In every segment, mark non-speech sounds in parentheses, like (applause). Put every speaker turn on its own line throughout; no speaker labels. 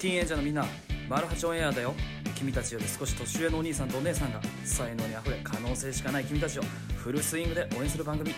ティーンエイジャーのみんなマルハチオンエアだよ君たちより少し年上のお兄さんとお姉さんが才能にあふれ可能性しかない君たちをフルスイングで応援する番組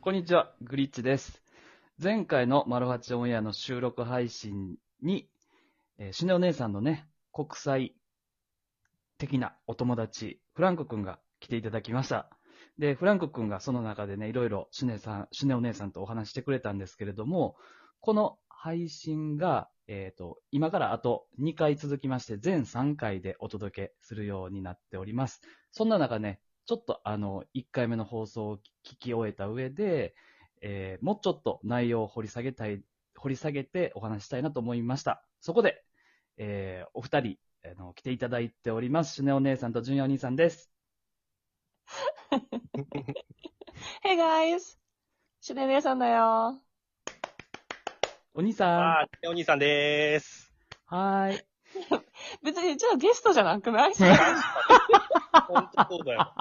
こんにちは、グリッチです。前回のマルハチオンエアの収録配信に、えーシネお姉さんのね、国際的なお友達、フランコくんが来ていただきました。で、フランコくんがその中でね、いろいろシネさん、シネお姉さんとお話ししてくれたんですけれども、この配信が、えっ、と、今からあと2回続きまして、全3回でお届けするようになっております。そんな中ね、ちょっとあの、1回目の放送を聞き終えた上で、えーもうちょっと内容を掘り下げたい、掘り下げてお話ししたいなと思いました。そこで、えーお二人、あの、来ていただいております。シュネお姉さんとジュニアお兄さんです。
Hey guys! シュネ姉さんだよ。
お兄さ
あー、お兄さんでーす。
ん。はーい。
別に、じゃあゲストじゃなく (laughs) ない
本当そうだよ。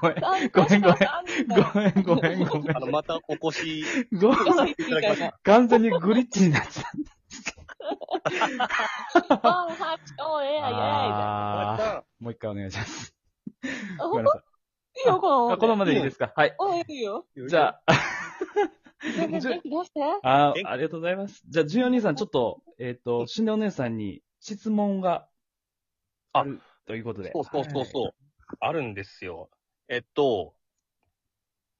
ごめん。
ご
めんごめん
ん。
ごめん、ごめん、ごめん
あ。 (laughs) の、またお越し、
ご
嘘言っていいからね
完全にグリッチになっちゃっ
オンハッチオンエ
た。
ア
あ
ま
ーもう一回お願いします。
イェーイ。あ
ご
ほ
め
ん
んな
と
さい
いいよ、この。
あこのままでいいですかはい。
おいいよ。
た
じゃあ、
元気出して。
あ
元気
ありがとうございます。じゃあ、ジュニアお兄さん、ちょっと、えっ、と、新年お姉さんに質問があるということで。
そうそうそうそう、
はい
あるんですよ。えっと、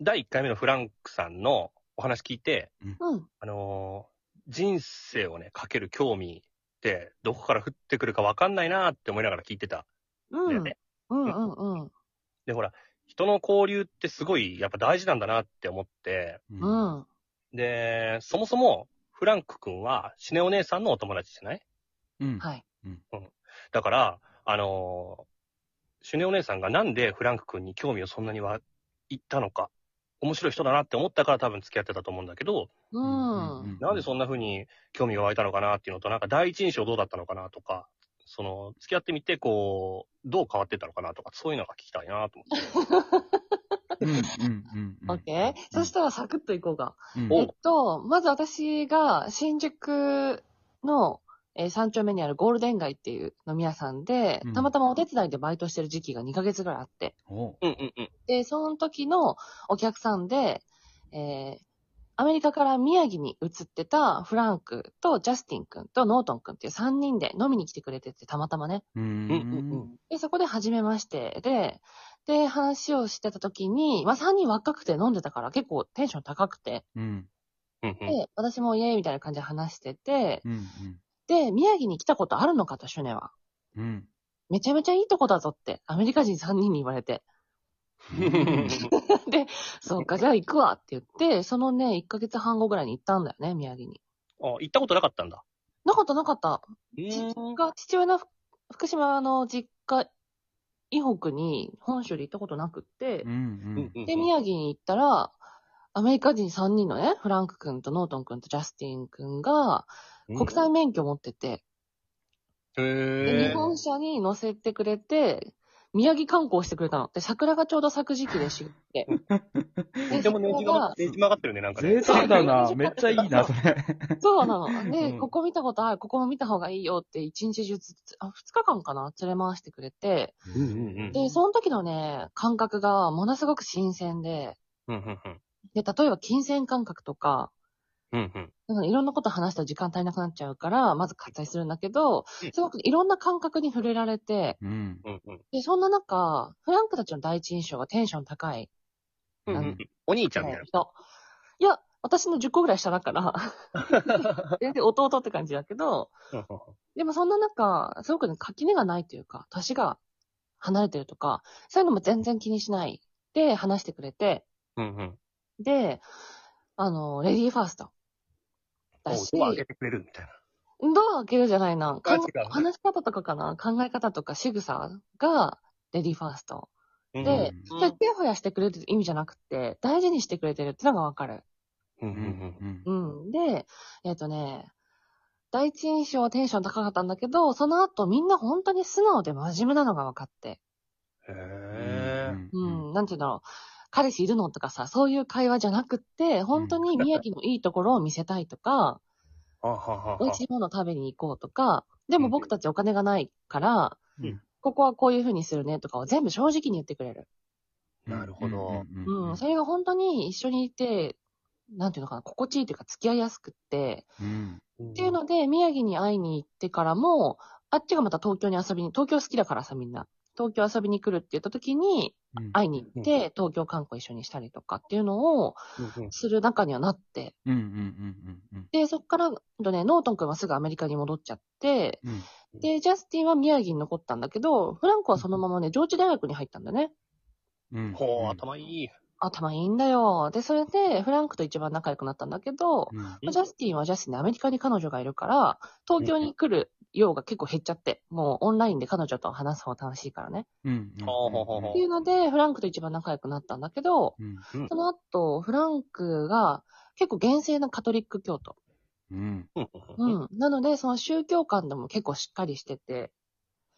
第1回目のフランクさんのお話聞いて、
うん。
あのー人生をね、かける興味って、どこから降ってくるかわかんないなーって思いながら聞いてたんだ
う
よ
ん。
ね。
うんうん
で、ほら、人の交流ってすごい、やっぱ大事なんだなって思って、
う
うん
ん。うん。
で、そもそも、フランク君は、シネお姉さんのお友達じゃない
うん。
はい。
だから、あのーシュネお姉さんがなんでフランク君に興味をそんなには言ったのか、面白い人だなって思ったから多分付き合ってたと思うんだけど、
う。
うんん
なんでそんな風に興味が湧いたのかなっていうのと、なんか第一印象どうだったのかなとか、その、付き合ってみて、こう、どう変わってったのかなとか、そういうのが聞きたいなと思って。
うんうんうんうん。
オッケー。そしたらサクッといこうか。
うん、
えっ
お
と、まず私が新宿の、えー、3丁目にあるゴールデン街っていう飲み屋さんで
うん、
たまたまお手伝いでバイトしてる時期が2ヶ月ぐらいあって、
お
うんうんうん。
で、その時のお客さんで、えーアメリカから宮城に移ってたフランクとジャスティン君とノートン君っていう3人で飲みに来てくれてて、たまたまね。
うん
うんうん
で、そこで初めましてで、で、話をしてた時に、まあ3人若くて飲んでたから結構テンション高くて、
うん
うんうん。
で、私もイエーイみたいな感じで話してて、
うん
で、宮城に来たことあるのかと、シュネは。
うんうん
めちゃめちゃいいとこだぞって、アメリカ人3人に言われて。そうか、じゃあ行くわって言って、そのね、1ヶ月半後ぐらいに行ったんだよね、宮城に。
あ、行ったことなかったんだ。
なかったなかった。
う
実
ん。
家、父親のふ福島の実家、伊北に本州で行ったことなくって
うんう、ん
で、宮城に行ったら、アメリカ人3人のね、フランク君とノートン君とジャスティン君が、国際免許持ってて、
へ
で
え
日。本車に乗せてくれて、宮城観光してくれたの。で、桜がちょうど咲く時期で
(laughs)
しって。
とてもネジが、ネジ曲がってるね、なんか
贅
ね。
沢だな。めっちゃいいな、それ。
そうなの。で、
うん
ここ見たことある、ここも見た方がいいよって、一日中ずつ、あ、二日間かな連れ回してくれて、
うんうんうん。
で、その時のね、感覚がものすごく新鮮で、
うんうんうん。
で、例えば金銭感覚とか、
うんうん。
なんかいろんなこと話したら時間足りなくなっちゃうから、まず割愛するんだけど、
うん
すごくいろんな感覚に触れられて、
うん。
うんうん。
で、そんな中、フランクたちの第一印象がテンション高い。
うんうんうんお兄ちゃんだよ。
人。いや、私の10個ぐらい下だ
(laughs)
から、全然弟って感じだけど、でもそんな中、すごくね、垣根がないというか、年が離れてるとか、そういうのも全然気にしないで話してくれて、
うんうん。
で、あの、レディーファースト。だし、
ドア開けてくれるみたいな。
ドア開けるじゃないな。
あ違う
考え話し方とかかな考え方とか仕草が、レディーファースト。
うん
で、
う
それ、手ほやしてくれるって意味じゃなくて、大事にしてくれてるってのがわかる。
うん
う
うんうん
ん
うん。で、えっ、とね、第一印象はテンション高かったんだけど、その後みんな本当に素直で真面目なのが分かって。
う
へえ。
ん
うん、なんて言うんだろう。彼氏いるのとかさ、そういう会話じゃなくって、本当に宮城のいいところを見せたいとか、
あははは
美味しいものを食べに行こうとか、でも僕たちお金がないから、
うん
ここはこういうふうにするねとかを全部正直に言ってくれる。
なるほど。
うんうん
うん、それが本当に一緒にいて、なんていうのかな、心地いいというか付き合いやすくって、
うん
っ
っていうので、宮城に会いに行ってからも、あっちがまた東京に遊びに、東京好きだからさ、みんな。東京遊びに来るって言った時に、
うん
会いに行って、東京観光一緒にしたりとかっていうのをする中にはなって。
うんうんうんうん
で、そっから、あとね、ノートン君はすぐアメリカに戻っちゃって、
うんうん
で、ジャスティンは宮城に残ったんだけど、フランコはそのままね、上智大学に入ったんだね。
うん
ほう、頭いい。
頭いいんだよ。で、それで、フランクと一番仲良くなったんだけど、
うん
うん
ジャスティンはジャスティンでアメリカに彼女がいるから、東京に来る量が結構減っちゃって、もうオンラインで彼女と話す方が楽しいからね。
うんうん
ほうほうほうほ
っていうので、フランクと一番仲良くなったんだけど、
うん
その後、フランクが結構厳正なカトリック教徒。
うん
うん。なので、その宗教観でも結構しっかりしてて、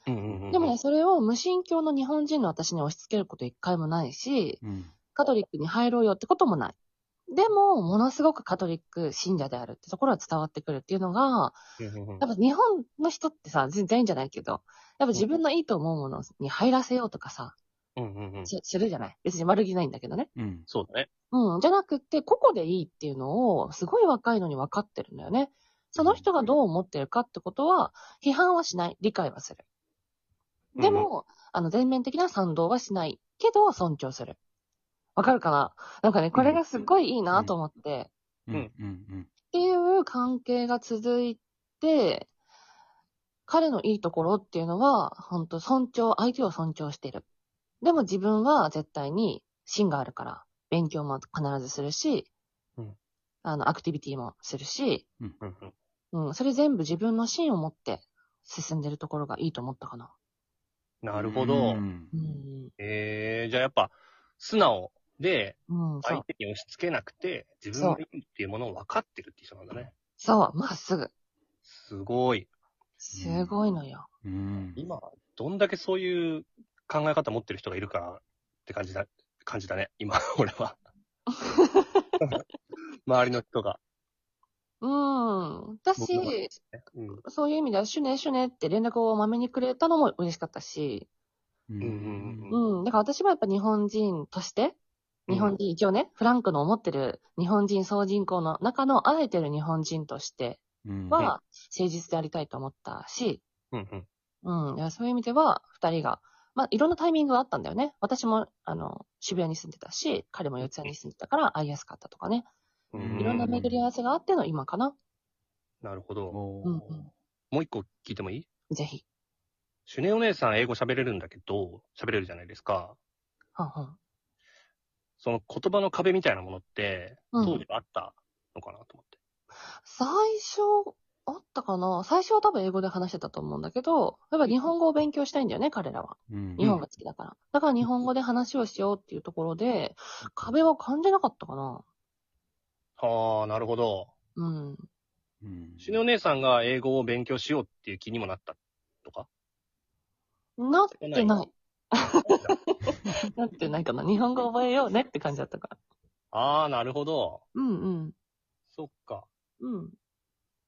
うん
でもね、、それを無神教の日本人の私に押し付けること一回もないし、
うん
カトリックに入ろうよってこともない。でも、ものすごくカトリック信者であるってところは伝わってくるっていうのが、やっぱ日本の人ってさ、全然いいんじゃないけど、やっぱ自分のいいと思うものに入らせようとかさ、
うんうんうん
しするじゃない別に悪気ないんだけどね。
うん
そうだね。
うん。じゃなくて、個々でいいっていうのを、すごい若いのに分かってるんだよね。その人がどう思ってるかってことは、批判はしない。理解はする。でも、あの、全面的な賛同はしない。けど、尊重する。わかるかななんかね、これがすっごいいいなと思って、
うんうんうん
っていう関係が続いて、彼のいいところっていうのは、本当尊重、相手を尊重してる。でも自分は絶対に芯があるから、勉強も必ずするし、
うん
あの、アクティビティもするし、
うんうん
うん、それ全部自分の芯を持って進んでるところがいいと思ったかな。
なるほ
う
ど。
ん
うん、
えー、じゃあやっぱ、素直で、
うん、そ
相
う。
手に押し付けなくて、自分の意味っていうものを分かってるって人なんだね。
そう、まっすぐ。
すごい。
すごいのよ。
うん
今、どんだけそういう考え方持ってる人がいるかって感じだ、感じだね。今、 (laughs) 俺
(laughs)
は。周りの人が。
うん。
僕も
私、
うん。
そういう意味では、シュネシュネって連絡をまめにくれたのも嬉しかったし、
うん
うんう
うん。だから私はやっぱ日本人として、日本人、一応ね、フランクの思ってる日本人総人口の中のあえてる日本人として
うん
は、誠実でありたいと思ったし、
うんうん。
うん。いやそういう意味では、二人が、まあ、いろんなタイミングがあったんだよね。私も、あの、渋谷に住んでたし、彼も四谷に住んでたから会いやすかったとかね。
うん
いろんな巡り合わせがあっての今かな。
なるほど。
おー
うんう
もう一個聞いてもいい
ん。ぜひ。
シュネお姉さん英語喋れるんだけど、喋れるじゃないですか。
はんはん
その言葉の壁みたいなものって、
うん
当時あったのかなと思って。
最初、あったかな最初は多分英語で話してたと思うんだけど、やっぱ日本語を勉強したいんだよね、彼らは。
うん
日本が好きだから。だから日本語で話をしようっていうところで、壁は感じなかったかな
ああ、なるほど。
うん。
うん
シュネお姉さんが英語を勉強しようっていう気にもなったとか
なって
少な
ない。 (laughs) なってないかな。日本語覚えようねって感じだったから。
ああ、なるほど。
うんうん。
そっか。
うん。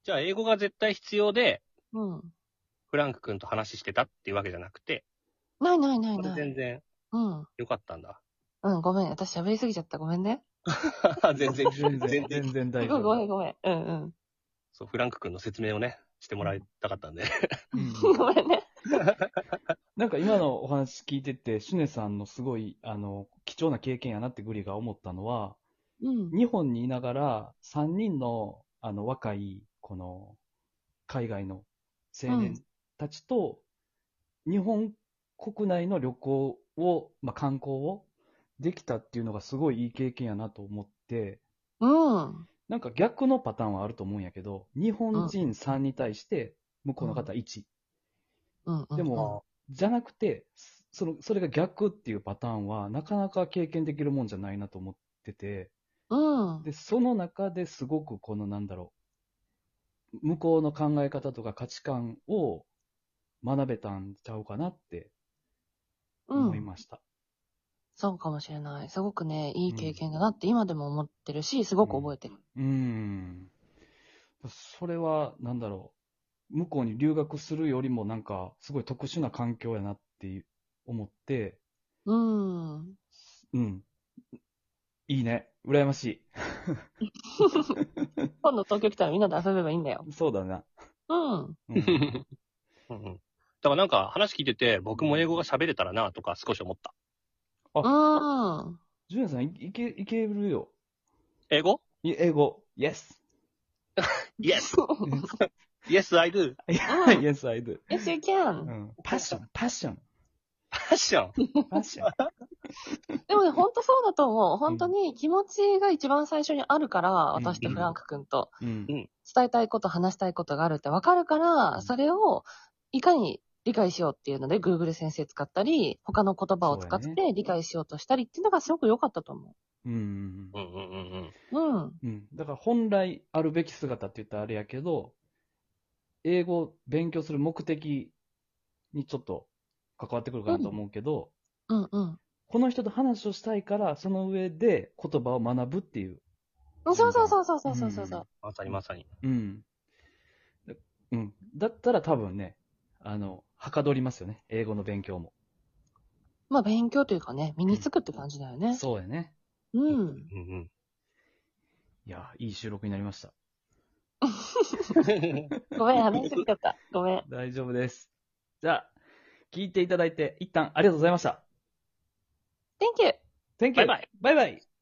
じゃあ、英語が絶対必要で、
うん。
フランク君と話してたっていうわけじゃなくて、
ないないない
これ
ない。
全然
うん。
良かったんだ。
うん、ごめん。私喋りすぎちゃった。ごめんね。
(laughs) 全然、
全然
全然。
全然
す
大丈
ごいごめん
夫
ごめん。うんうん。
そう、フランク君の説明をね、してもらいたかったんで。
うん
(laughs) ごめんね。
なんか今のお話聞いててシュネさんのすごいあの貴重な経験やなってグリが思ったのは
うん。
日本にいながら3人のあの若いこの海外の青年たちと日本国内の旅行を、まあ、観光をできたっていうのがすごいいい経験やなと思って
うん。
なんか逆のパターンはあると思うんやけど日本人3に対して向こうの方1、
うん、うん。
でもじゃなくてそのそれが逆っていうパターンはなかなか経験できるもんじゃないなと思ってて。
うん。
で、その中ですごくこのなんだろう、向こうの考え方とか価値観を学べたんちゃうかなって
う
思い
ん。
ました。
そうかもしれない。すごくね、いい経験だなって今でも思ってるし、すごく覚えてる。
うん。それは、なんだろう。向こうに留学するよりもなんか、すごい特殊な環境やなっていう思って、
うん。
うん。いいね。羨まし
今度東京来たらみんなで遊べばいいんだよ。
い。そうだな。
うん。
う
(laughs) うん
ん、 (laughs)
うんだからなんか話聞いてて、僕も英語が喋れたらなとか少し思った。
うん。
ジュニアさん、いいけ、いけるよ。
英語
い英語。Yes.
?Yes!
う
Yes, I do! (laughs)
ん
(laughs) yes, I do.
Yes, you
う
can.
ん。パッション、パッション、
パッショ
(laughs)
ン
パッション。
でもね、ほんとそうだと思う。本当に気持ちが一番最初にあるから、
ん
私とフランク君と。
うん。
伝えたいこと、話したいことがあるってわかるか
うん
ら、それをいかに理解しようっていうので、Google 先生使ったり、他の言葉を使っ
そうだ
て理解しようとしたりっていうのがすごく良かったと思
うん
う。んうんうん
う。
うん。
うん。
うん。だから本来あるべき姿って言ったらあれやけど、英語を勉強する目的にちょっと関わってくるかなと思うけど、
うんうん。
この人と話をしたいから、その上で言葉を学ぶっていう。
うんそうそうそうそうそうそうそう。
まさにまさに。
うん。だうん。だったら多分ね、あの、はかどりますよね。英語の勉強も。
まあ勉強というかね、身につくって感じだよね。
そうやね。
うん。
うん (laughs) うん。
いや、いい収録になりました。
ごめん、話しすぎちゃった。ごめん。
大丈夫です。じゃあ、聞いていただいて、一旦ありがとうございました。
Thank you!
Thank you!
バイバイ
バイバイ